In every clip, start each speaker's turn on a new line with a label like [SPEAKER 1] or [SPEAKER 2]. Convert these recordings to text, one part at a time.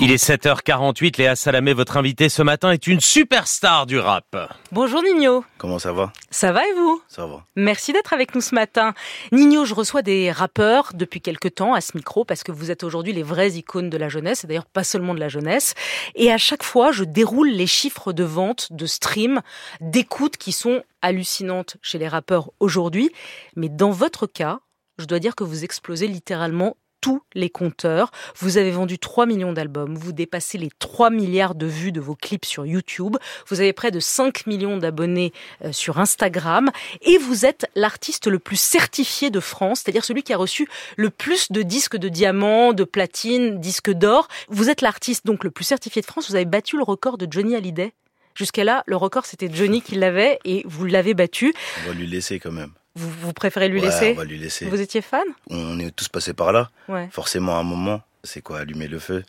[SPEAKER 1] Il est 7h48, Léa Salamé, votre invitée ce matin, est une superstar du rap.
[SPEAKER 2] Bonjour Nino.
[SPEAKER 3] Comment ça va
[SPEAKER 2] Ça va et vous
[SPEAKER 3] Ça va.
[SPEAKER 2] Merci d'être avec nous ce matin. Nino, je reçois des rappeurs depuis quelque temps à ce micro parce que vous êtes aujourd'hui les vraies icônes de la jeunesse, et d'ailleurs pas seulement de la jeunesse. Et à chaque fois, je déroule les chiffres de vente, de stream, d'écoute qui sont hallucinantes chez les rappeurs aujourd'hui. Mais dans votre cas, je dois dire que vous explosez littéralement tous les compteurs. Vous avez vendu 3 millions d'albums, vous dépassez les 3 milliards de vues de vos clips sur YouTube, vous avez près de 5 millions d'abonnés euh, sur Instagram et vous êtes l'artiste le plus certifié de France, c'est-à-dire celui qui a reçu le plus de disques de diamants, de platine, disques d'or. Vous êtes l'artiste donc le plus certifié de France, vous avez battu le record de Johnny Hallyday. Jusqu'à là, le record c'était Johnny qui l'avait et vous l'avez battu.
[SPEAKER 3] On va lui laisser quand même.
[SPEAKER 2] Vous, vous préférez lui
[SPEAKER 3] Ouais,
[SPEAKER 2] laisser
[SPEAKER 3] On va lui laisser.
[SPEAKER 2] Vous étiez fan
[SPEAKER 3] On est tous passés par là.
[SPEAKER 2] Ouais.
[SPEAKER 3] Forcément, à un moment, c'est quoi allumer le feu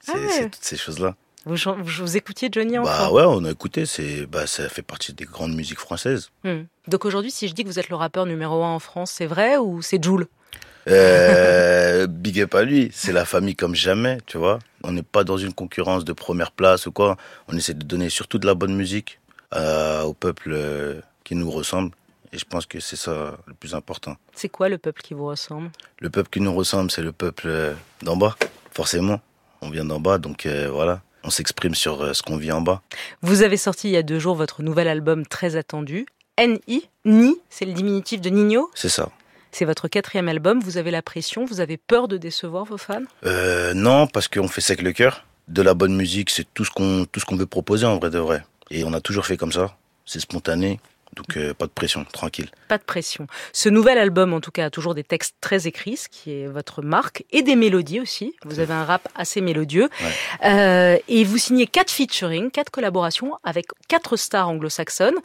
[SPEAKER 3] C'est
[SPEAKER 2] Ah ouais.
[SPEAKER 3] c'est toutes ces choses-là.
[SPEAKER 2] Vous, chan- vous écoutiez Johnny en
[SPEAKER 3] Bah ouais, on a écouté. C'est bah ça fait partie des grandes musiques françaises.
[SPEAKER 2] Hmm. Donc aujourd'hui, si je dis que vous êtes le rappeur numéro un en France, c'est vrai ou c'est Joule
[SPEAKER 3] Euh, big up à lui. C'est la famille comme jamais, tu vois. On n'est pas dans une concurrence de première place ou quoi. On essaie de donner surtout de la bonne musique euh, au peuple euh, qui nous ressemble. Et je pense que c'est ça le plus important.
[SPEAKER 2] C'est quoi le peuple qui vous ressemble
[SPEAKER 3] Le peuple qui nous ressemble, c'est le peuple euh, d'en bas, forcément. On vient d'en bas, donc euh, voilà. On s'exprime sur euh, ce qu'on vit en bas.
[SPEAKER 2] Vous avez sorti il y a deux jours votre nouvel album très attendu, N.I. Ni, c'est le diminutif de Nino.
[SPEAKER 3] C'est ça.
[SPEAKER 2] C'est votre quatrième album. Vous avez la pression, vous avez peur de décevoir vos fans
[SPEAKER 3] Euh, non, parce qu'on fait ça avec le cœur. De la bonne musique, c'est tout ce qu'on tout ce qu'on veut proposer en vrai de vrai. Et on a toujours fait comme ça. C'est spontané, donc euh, pas de pression, tranquille.
[SPEAKER 2] Pas de pression. Ce nouvel album, en tout cas, a toujours des textes très écrits, ce qui est votre marque, et des mélodies aussi. Vous avez un rap assez mélodieux. Euh, et vous signez quatre featuring, quatre collaborations avec quatre stars anglo-saxonnes,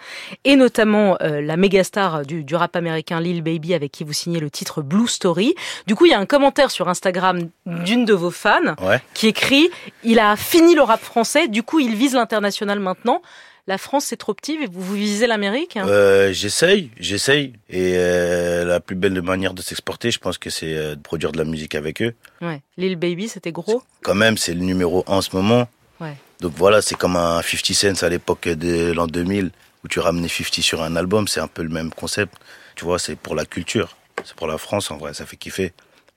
[SPEAKER 2] et notamment euh, la méga star du, du rap américain Lil Baby, avec qui vous signez le titre Blue Story. Du coup, il y a un commentaire sur Instagram d'une de vos fans
[SPEAKER 3] Ouais.
[SPEAKER 2] qui écrit « Il a fini le rap français, du coup, il vise l'international maintenant. La France, c'est trop petit, mais vous, vous visez l'Amérique hein
[SPEAKER 3] Euh, j'essaye, j'essaye. Et euh, la plus belle manière de s'exporter, je pense que c'est euh, de produire de la musique avec eux.
[SPEAKER 2] Ouais. Lil Baby, c'était gros.
[SPEAKER 3] Quand même, c'est le numéro un en ce moment.
[SPEAKER 2] Ouais.
[SPEAKER 3] Donc voilà, c'est comme un 50 Cent à l'époque de l'an 2000 où tu ramenais 50 sur un album, c'est un peu le même concept. Tu vois, c'est pour la culture, c'est pour la France en vrai, ça fait kiffer.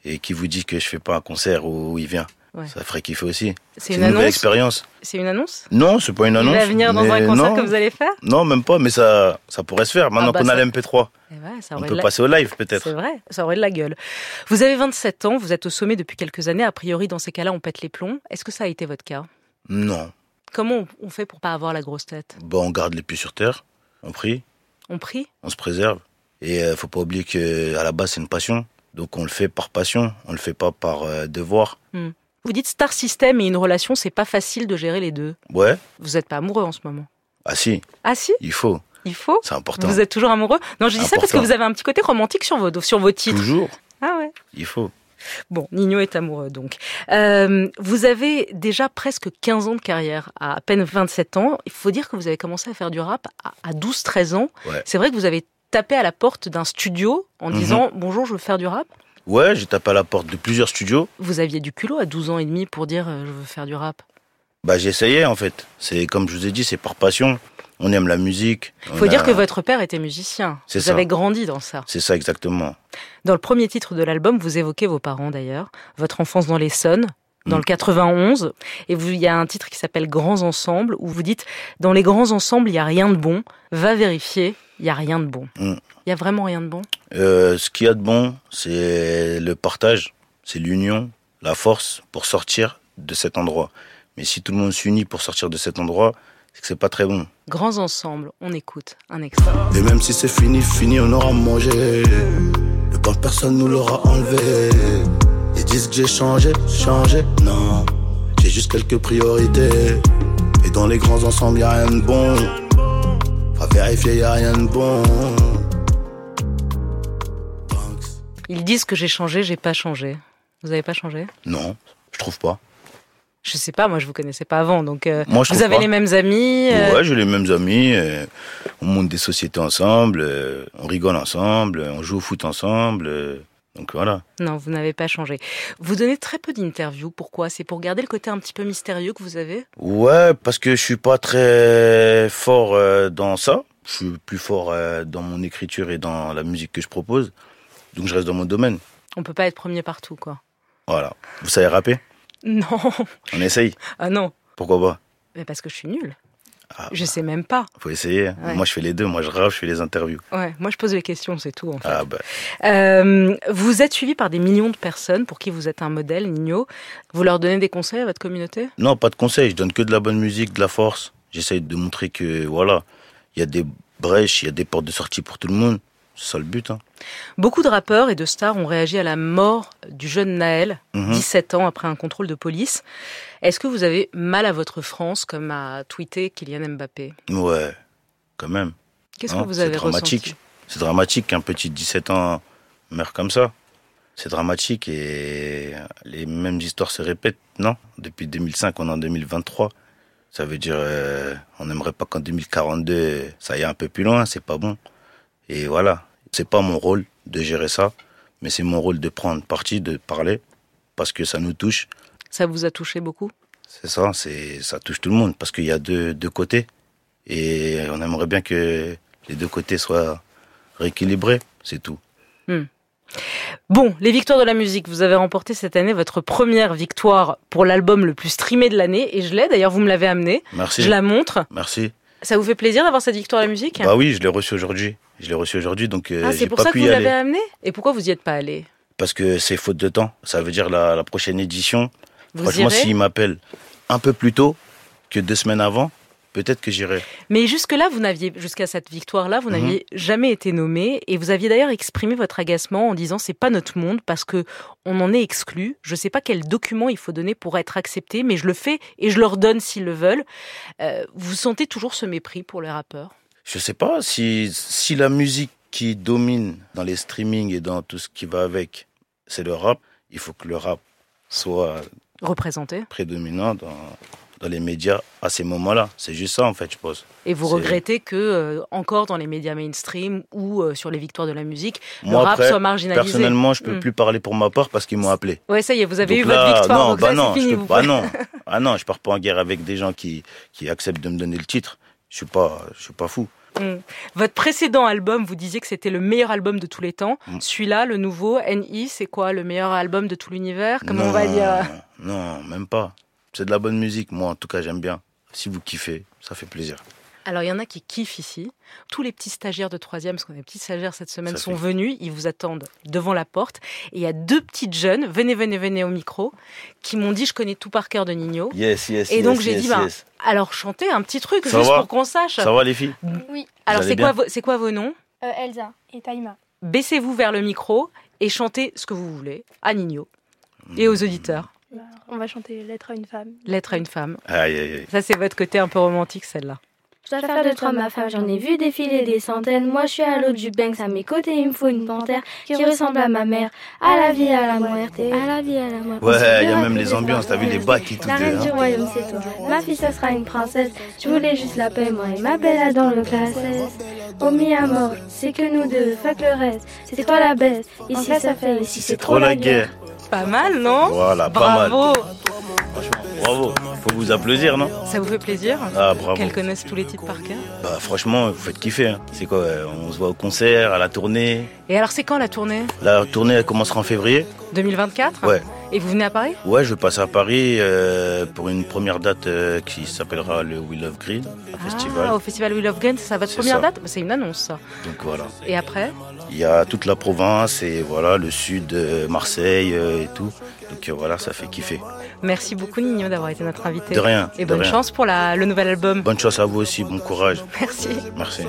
[SPEAKER 3] Et qui vous dit que je fais pas un concert où il vient
[SPEAKER 2] Ouais.
[SPEAKER 3] Ça ferait kiffer aussi.
[SPEAKER 2] C'est
[SPEAKER 3] C'est
[SPEAKER 2] une
[SPEAKER 3] une nouvelle
[SPEAKER 2] annonce
[SPEAKER 3] expérience.
[SPEAKER 2] C'est une annonce
[SPEAKER 3] Non, c'est pas une annonce.
[SPEAKER 2] Il va venir dans
[SPEAKER 3] mais
[SPEAKER 2] un concert
[SPEAKER 3] non,
[SPEAKER 2] que vous allez faire
[SPEAKER 3] Non, même pas, mais ça, ça pourrait se faire. Maintenant
[SPEAKER 2] bah
[SPEAKER 3] qu'on
[SPEAKER 2] ça-
[SPEAKER 3] a l'MP3,
[SPEAKER 2] Eh ouais, ça
[SPEAKER 3] on
[SPEAKER 2] aurait
[SPEAKER 3] peut
[SPEAKER 2] de la-
[SPEAKER 3] passer au live
[SPEAKER 2] C'est
[SPEAKER 3] peut-être.
[SPEAKER 2] vrai, ça aurait de la gueule. Vous avez 27 ans, vous êtes au sommet depuis quelques années. A priori, dans ces cas-là, on pète les plombs. Est-ce que ça a été votre cas
[SPEAKER 3] Non.
[SPEAKER 2] Comment on- on fait pour pas avoir la grosse tête
[SPEAKER 3] Bon, on garde les pieds sur terre, on prie.
[SPEAKER 2] On prie
[SPEAKER 3] on se préserve. Et euh, faut pas oublier que à la base c'est une passion. Donc on le fait par passion, on le fait pas par euh, devoir.
[SPEAKER 2] Vous dites star system et une relation, c'est pas facile de gérer les deux.
[SPEAKER 3] Ouais,
[SPEAKER 2] Vous n'êtes pas amoureux en ce moment.
[SPEAKER 3] ah si,
[SPEAKER 2] Ah si,
[SPEAKER 3] il faut,
[SPEAKER 2] il faut.
[SPEAKER 3] c'est important.
[SPEAKER 2] Vous êtes toujours amoureux Non, je dis ça parce que
[SPEAKER 3] Important.
[SPEAKER 2] vous avez un petit côté romantique sur vos, sur vos titres.
[SPEAKER 3] Ah, Toujours,
[SPEAKER 2] Ah ouais.
[SPEAKER 3] il faut.
[SPEAKER 2] Bon, Nino est amoureux donc. Euh, vous avez déjà presque 15 ans de carrière, à, à peine 27 ans. Il faut dire que vous avez commencé à faire du rap à, 12-13 ans.
[SPEAKER 3] Ouais.
[SPEAKER 2] C'est vrai que vous avez tapé à la porte d'un studio en
[SPEAKER 3] Mhm.
[SPEAKER 2] disant bonjour, je veux faire du rap.
[SPEAKER 3] Ouais, j'ai tapé à la porte de plusieurs studios.
[SPEAKER 2] Vous aviez du culot à 12 ans et demi pour dire euh, je veux faire du rap.
[SPEAKER 3] Bah j'essayais en fait. C'est comme je vous ai dit, c'est par passion. On aime la musique.
[SPEAKER 2] Il
[SPEAKER 3] on
[SPEAKER 2] faut dire
[SPEAKER 3] a-
[SPEAKER 2] que votre père était musicien.
[SPEAKER 3] Bah, C'est
[SPEAKER 2] vous
[SPEAKER 3] ça.
[SPEAKER 2] avez grandi dans ça.
[SPEAKER 3] C'est ça exactement.
[SPEAKER 2] Dans le premier titre de l'album, vous évoquez vos parents d'ailleurs, votre enfance dans l'Essonne, dans
[SPEAKER 3] Mm.
[SPEAKER 2] le 91, et vous- il y a un titre qui s'appelle Grands Ensembles, où vous dites Dans les grands ensembles, il n'y a rien de bon, va vérifier, il n'y a rien de bon. Il
[SPEAKER 3] Mm.
[SPEAKER 2] n'y a vraiment rien de bon
[SPEAKER 3] Euh, ce qu'il y a de bon, c'est le partage, c'est l'union, la force pour sortir de cet endroit. Mais si tout le monde s'unit pour sortir de cet endroit, c'est que c'est pas très bon.
[SPEAKER 2] Grands ensembles, on écoute un extrait.
[SPEAKER 4] Et même si c'est fini, fini, on aura mangé. Le pain, personne nous l'aura enlevé. Ils disent que j'ai changé, changé. Non, j'ai juste quelques priorités. Et dans les grands ensembles, y a rien de bon. Va vérifier, y a rien de bon. Thanks.
[SPEAKER 2] Ils disent que j'ai changé, j'ai pas changé. Vous n'avez pas changé
[SPEAKER 3] Non, je trouve pas.
[SPEAKER 2] Je sais pas, moi je vous connaissais pas avant, donc euh,
[SPEAKER 3] Moi, je
[SPEAKER 2] vous
[SPEAKER 3] trouve
[SPEAKER 2] avez
[SPEAKER 3] pas.
[SPEAKER 2] les mêmes amis. euh,
[SPEAKER 3] Ouais, j'ai les mêmes amis, euh, on monte des sociétés ensemble, euh, on rigole ensemble, euh, on joue au foot ensemble. euh, Donc voilà.
[SPEAKER 2] Non, vous n'avez pas changé. Vous donnez très peu d'interviews. Pourquoi C'est pour garder le côté un petit peu mystérieux que vous avez
[SPEAKER 3] Ouais, parce que je suis pas très fort euh, dans ça. Je suis plus fort euh, dans mon écriture et dans la musique que je propose. Donc je reste dans mon domaine.
[SPEAKER 2] On peut pas être premier partout, quoi.
[SPEAKER 3] Voilà. Vous savez rapper
[SPEAKER 2] Non.
[SPEAKER 3] On essaye.
[SPEAKER 2] Ah non.
[SPEAKER 3] Pourquoi pas
[SPEAKER 2] Mais parce que je suis nulle.
[SPEAKER 3] Ah,
[SPEAKER 2] Je sais même pas.
[SPEAKER 3] Faut essayer. hein.
[SPEAKER 2] Ouais.
[SPEAKER 3] Moi je fais les deux. Moi je rappe, je fais les interviews.
[SPEAKER 2] Ouais, moi je pose les questions, c'est tout. en fait.
[SPEAKER 3] Ah bah.
[SPEAKER 2] Euh, vous êtes suivi par des millions de personnes pour qui vous êtes un modèle, Nino. Vous leur donnez des conseils à votre communauté
[SPEAKER 3] Non, pas de conseils. Je donne que de la bonne musique, de la force. J'essaye de montrer que voilà, il y a des brèches, il y a des portes de sortie pour tout le monde. C'est ça le but. Hein.
[SPEAKER 2] Beaucoup de rappeurs et de stars ont réagi à la mort du jeune Naël,
[SPEAKER 3] Mhm.
[SPEAKER 2] 17 ans après un contrôle de police. Est-ce que vous avez mal à votre France, comme a tweeté Kylian Mbappé
[SPEAKER 3] Ouais, quand même.
[SPEAKER 2] Qu'est-ce
[SPEAKER 3] Hein,
[SPEAKER 2] que vous
[SPEAKER 3] c'est
[SPEAKER 2] avez
[SPEAKER 3] dramatique.
[SPEAKER 2] ressenti
[SPEAKER 3] C'est dramatique qu'un petit de 17 ans meure comme ça. C'est dramatique et les mêmes histoires se répètent, non Depuis 2005, on est en 2023. Ça veut dire, euh, on n'aimerait pas qu'en 2042, ça aille un peu plus loin, c'est pas bon. Et voilà, c'est pas mon rôle de gérer ça, mais c'est mon rôle de prendre parti, de parler, parce que ça nous touche.
[SPEAKER 2] Ça vous a touché beaucoup
[SPEAKER 3] C'est ça, c'est ça touche tout le monde parce qu'il y a deux, deux côtés et on aimerait bien que les deux côtés soient rééquilibrés, c'est tout.
[SPEAKER 2] Bon, les victoires de la musique, vous avez remporté cette année votre première victoire pour l'album le plus streamé de l'année, et je l'ai, d'ailleurs vous me l'avez amené,
[SPEAKER 3] Merci.
[SPEAKER 2] je la montre.
[SPEAKER 3] Merci.
[SPEAKER 2] Ça vous fait plaisir d'avoir cette victoire à la musique
[SPEAKER 3] Bah oui, je l'ai reçu aujourd'hui. Je l'ai reçu aujourd'hui donc euh,
[SPEAKER 2] Ah,
[SPEAKER 3] j'ai
[SPEAKER 2] c'est pour
[SPEAKER 3] pas
[SPEAKER 2] ça que
[SPEAKER 3] pu
[SPEAKER 2] vous
[SPEAKER 3] y
[SPEAKER 2] l'avez
[SPEAKER 3] aller
[SPEAKER 2] amené Et pourquoi vous n'y êtes pas allé
[SPEAKER 3] parce que c'est faute de temps. Ça veut dire la, la prochaine édition.
[SPEAKER 2] Vous
[SPEAKER 3] franchement,
[SPEAKER 2] irez
[SPEAKER 3] s'ils m'appellent un peu plus tôt que deux semaines avant, peut-être que j'irai.
[SPEAKER 2] Mais jusque-là, vous n'aviez, jusqu'à cette victoire-là, vous
[SPEAKER 3] Mhm.
[SPEAKER 2] n'aviez jamais été nommé, et vous aviez d'ailleurs exprimé votre agacement en disant c'est pas notre monde parce que on en est exclu. Je sais pas quel document il faut donner pour être accepté, mais je le fais et je leur donne s'ils le veulent. Euh, vous sentez toujours ce mépris pour les rappeurs
[SPEAKER 3] Je sais pas si, si la musique qui domine dans les streamings et dans tout ce qui va avec, c'est le rap. Il faut que le rap soit
[SPEAKER 2] représentés
[SPEAKER 3] prédominant dans, dans les médias à ces moments-là. C'est juste ça, en fait, je pense.
[SPEAKER 2] Et vous
[SPEAKER 3] C'est-
[SPEAKER 2] regrettez que euh, encore dans les médias mainstream ou euh, sur les victoires de la musique, le
[SPEAKER 3] Moi,
[SPEAKER 2] rap
[SPEAKER 3] après,
[SPEAKER 2] soit marginalisé.
[SPEAKER 3] personnellement, je peux
[SPEAKER 2] Mm.
[SPEAKER 3] plus parler pour ma part parce qu'ils m'ont appelé.
[SPEAKER 2] Ouais, ça y est, vous avez
[SPEAKER 3] Donc
[SPEAKER 2] eu
[SPEAKER 3] là,
[SPEAKER 2] votre victoire.
[SPEAKER 3] non,
[SPEAKER 2] donc
[SPEAKER 3] bah
[SPEAKER 2] ça,
[SPEAKER 3] non,
[SPEAKER 2] c'est fini,
[SPEAKER 3] je peux-
[SPEAKER 2] vous
[SPEAKER 3] bah
[SPEAKER 2] pouvez-
[SPEAKER 3] non, ah non, je pars pas en guerre avec des gens qui, qui acceptent de me donner le titre. Je suis pas, je suis pas fou.
[SPEAKER 2] Votre précédent album, vous disiez que c'était le meilleur album de tous les temps.
[SPEAKER 3] Mm.
[SPEAKER 2] Celui-là, le nouveau, NI, c'est quoi Le meilleur album de tout l'univers Comment
[SPEAKER 3] non,
[SPEAKER 2] on va dire euh,
[SPEAKER 3] Non, même pas. C'est de la bonne musique. Moi, en tout cas, j'aime bien. Si vous kiffez, ça fait plaisir.
[SPEAKER 2] Alors, il y en a qui kiffent ici. Tous les petits stagiaires de troisième, parce qu'on a des petits stagiaires cette semaine,
[SPEAKER 3] Ça
[SPEAKER 2] sont
[SPEAKER 3] fait.
[SPEAKER 2] venus. Ils vous attendent devant la porte. Et il y a deux petites jeunes, venez, venez, venez au micro, qui m'ont dit Je connais tout par cœur de Nino.
[SPEAKER 3] Yes, yes.
[SPEAKER 2] Et donc, j'ai dit, bah, Alors, chantez un petit truc,
[SPEAKER 3] Ça
[SPEAKER 2] juste
[SPEAKER 3] va
[SPEAKER 2] pour qu'on sache.
[SPEAKER 3] ça va les filles
[SPEAKER 5] Oui.
[SPEAKER 2] Alors,
[SPEAKER 3] allez
[SPEAKER 2] c'est quoi, vos- c'est quoi vos noms
[SPEAKER 5] Euh, Elsa et Taïma.
[SPEAKER 2] Baissez-vous vers le micro et chantez ce que vous voulez à Nino et aux auditeurs.
[SPEAKER 5] On va chanter Lettre à une femme.
[SPEAKER 2] Lettre à une femme.
[SPEAKER 3] Aïe, aïe, aïe.
[SPEAKER 2] Ça, c'est votre côté un peu romantique, celle-là.
[SPEAKER 6] Je dois faire de trois ma femme, j'en ai vu défiler des centaines. Moi, je suis à l'autre du Banks, à mes côtés, il me faut une panthère qui ressemble à ma mère. À la vie, à la mort, à la vie, à la mort.
[SPEAKER 3] Ouais, il y a même les ambiances. T'as vu les bacs et tout.
[SPEAKER 6] La reine
[SPEAKER 3] hein.
[SPEAKER 6] du royaume, c'est toi. Ma fille, ça sera une princesse. Je voulais juste la paix, moi et ma bella dans le classesse. Oh, mi mort, c'est que nous deux, fuck le reste. C'est toi la baisse. Ici, ça fait, ici, c'est trop la guerre.
[SPEAKER 2] Pas mal, non
[SPEAKER 3] Voilà, pas mal.
[SPEAKER 2] Bravo
[SPEAKER 3] Bravo. Faut vous applaudir, non
[SPEAKER 2] Ça vous fait plaisir
[SPEAKER 3] Ah, bravo.
[SPEAKER 2] Qu'elles connaissent tous les titres par cœur.
[SPEAKER 3] Bah, franchement, vous faites kiffer. hein. C'est quoi euh, On se voit au concert, à la tournée.
[SPEAKER 2] Et alors, c'est quand la tournée
[SPEAKER 3] La tournée, elle commencera en février
[SPEAKER 2] 2024
[SPEAKER 3] Ouais.
[SPEAKER 2] Et vous venez à Paris
[SPEAKER 3] Ouais, je vais passer à Paris euh, pour une première date euh, qui s'appellera le We Love Green, un festival.
[SPEAKER 2] Ah, au festival Will of Gun, c'est ça votre
[SPEAKER 3] C'est
[SPEAKER 2] première
[SPEAKER 3] ça.
[SPEAKER 2] date Bah, C'est une annonce, ça.
[SPEAKER 3] Donc voilà.
[SPEAKER 2] Et après
[SPEAKER 3] Il y a toute la province et voilà, le sud, euh, Marseille euh, et tout. Donc euh, voilà, ça fait kiffer.
[SPEAKER 2] Merci beaucoup, Nino, d'avoir été notre invité.
[SPEAKER 3] De rien.
[SPEAKER 2] Et
[SPEAKER 3] de
[SPEAKER 2] bonne
[SPEAKER 3] rien.
[SPEAKER 2] chance pour la- le nouvel album.
[SPEAKER 3] Bonne chance à vous aussi, bon courage.
[SPEAKER 2] Merci.
[SPEAKER 3] Merci.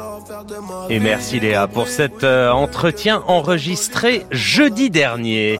[SPEAKER 1] Et merci Léa pour cet euh, entretien enregistré jeudi dernier.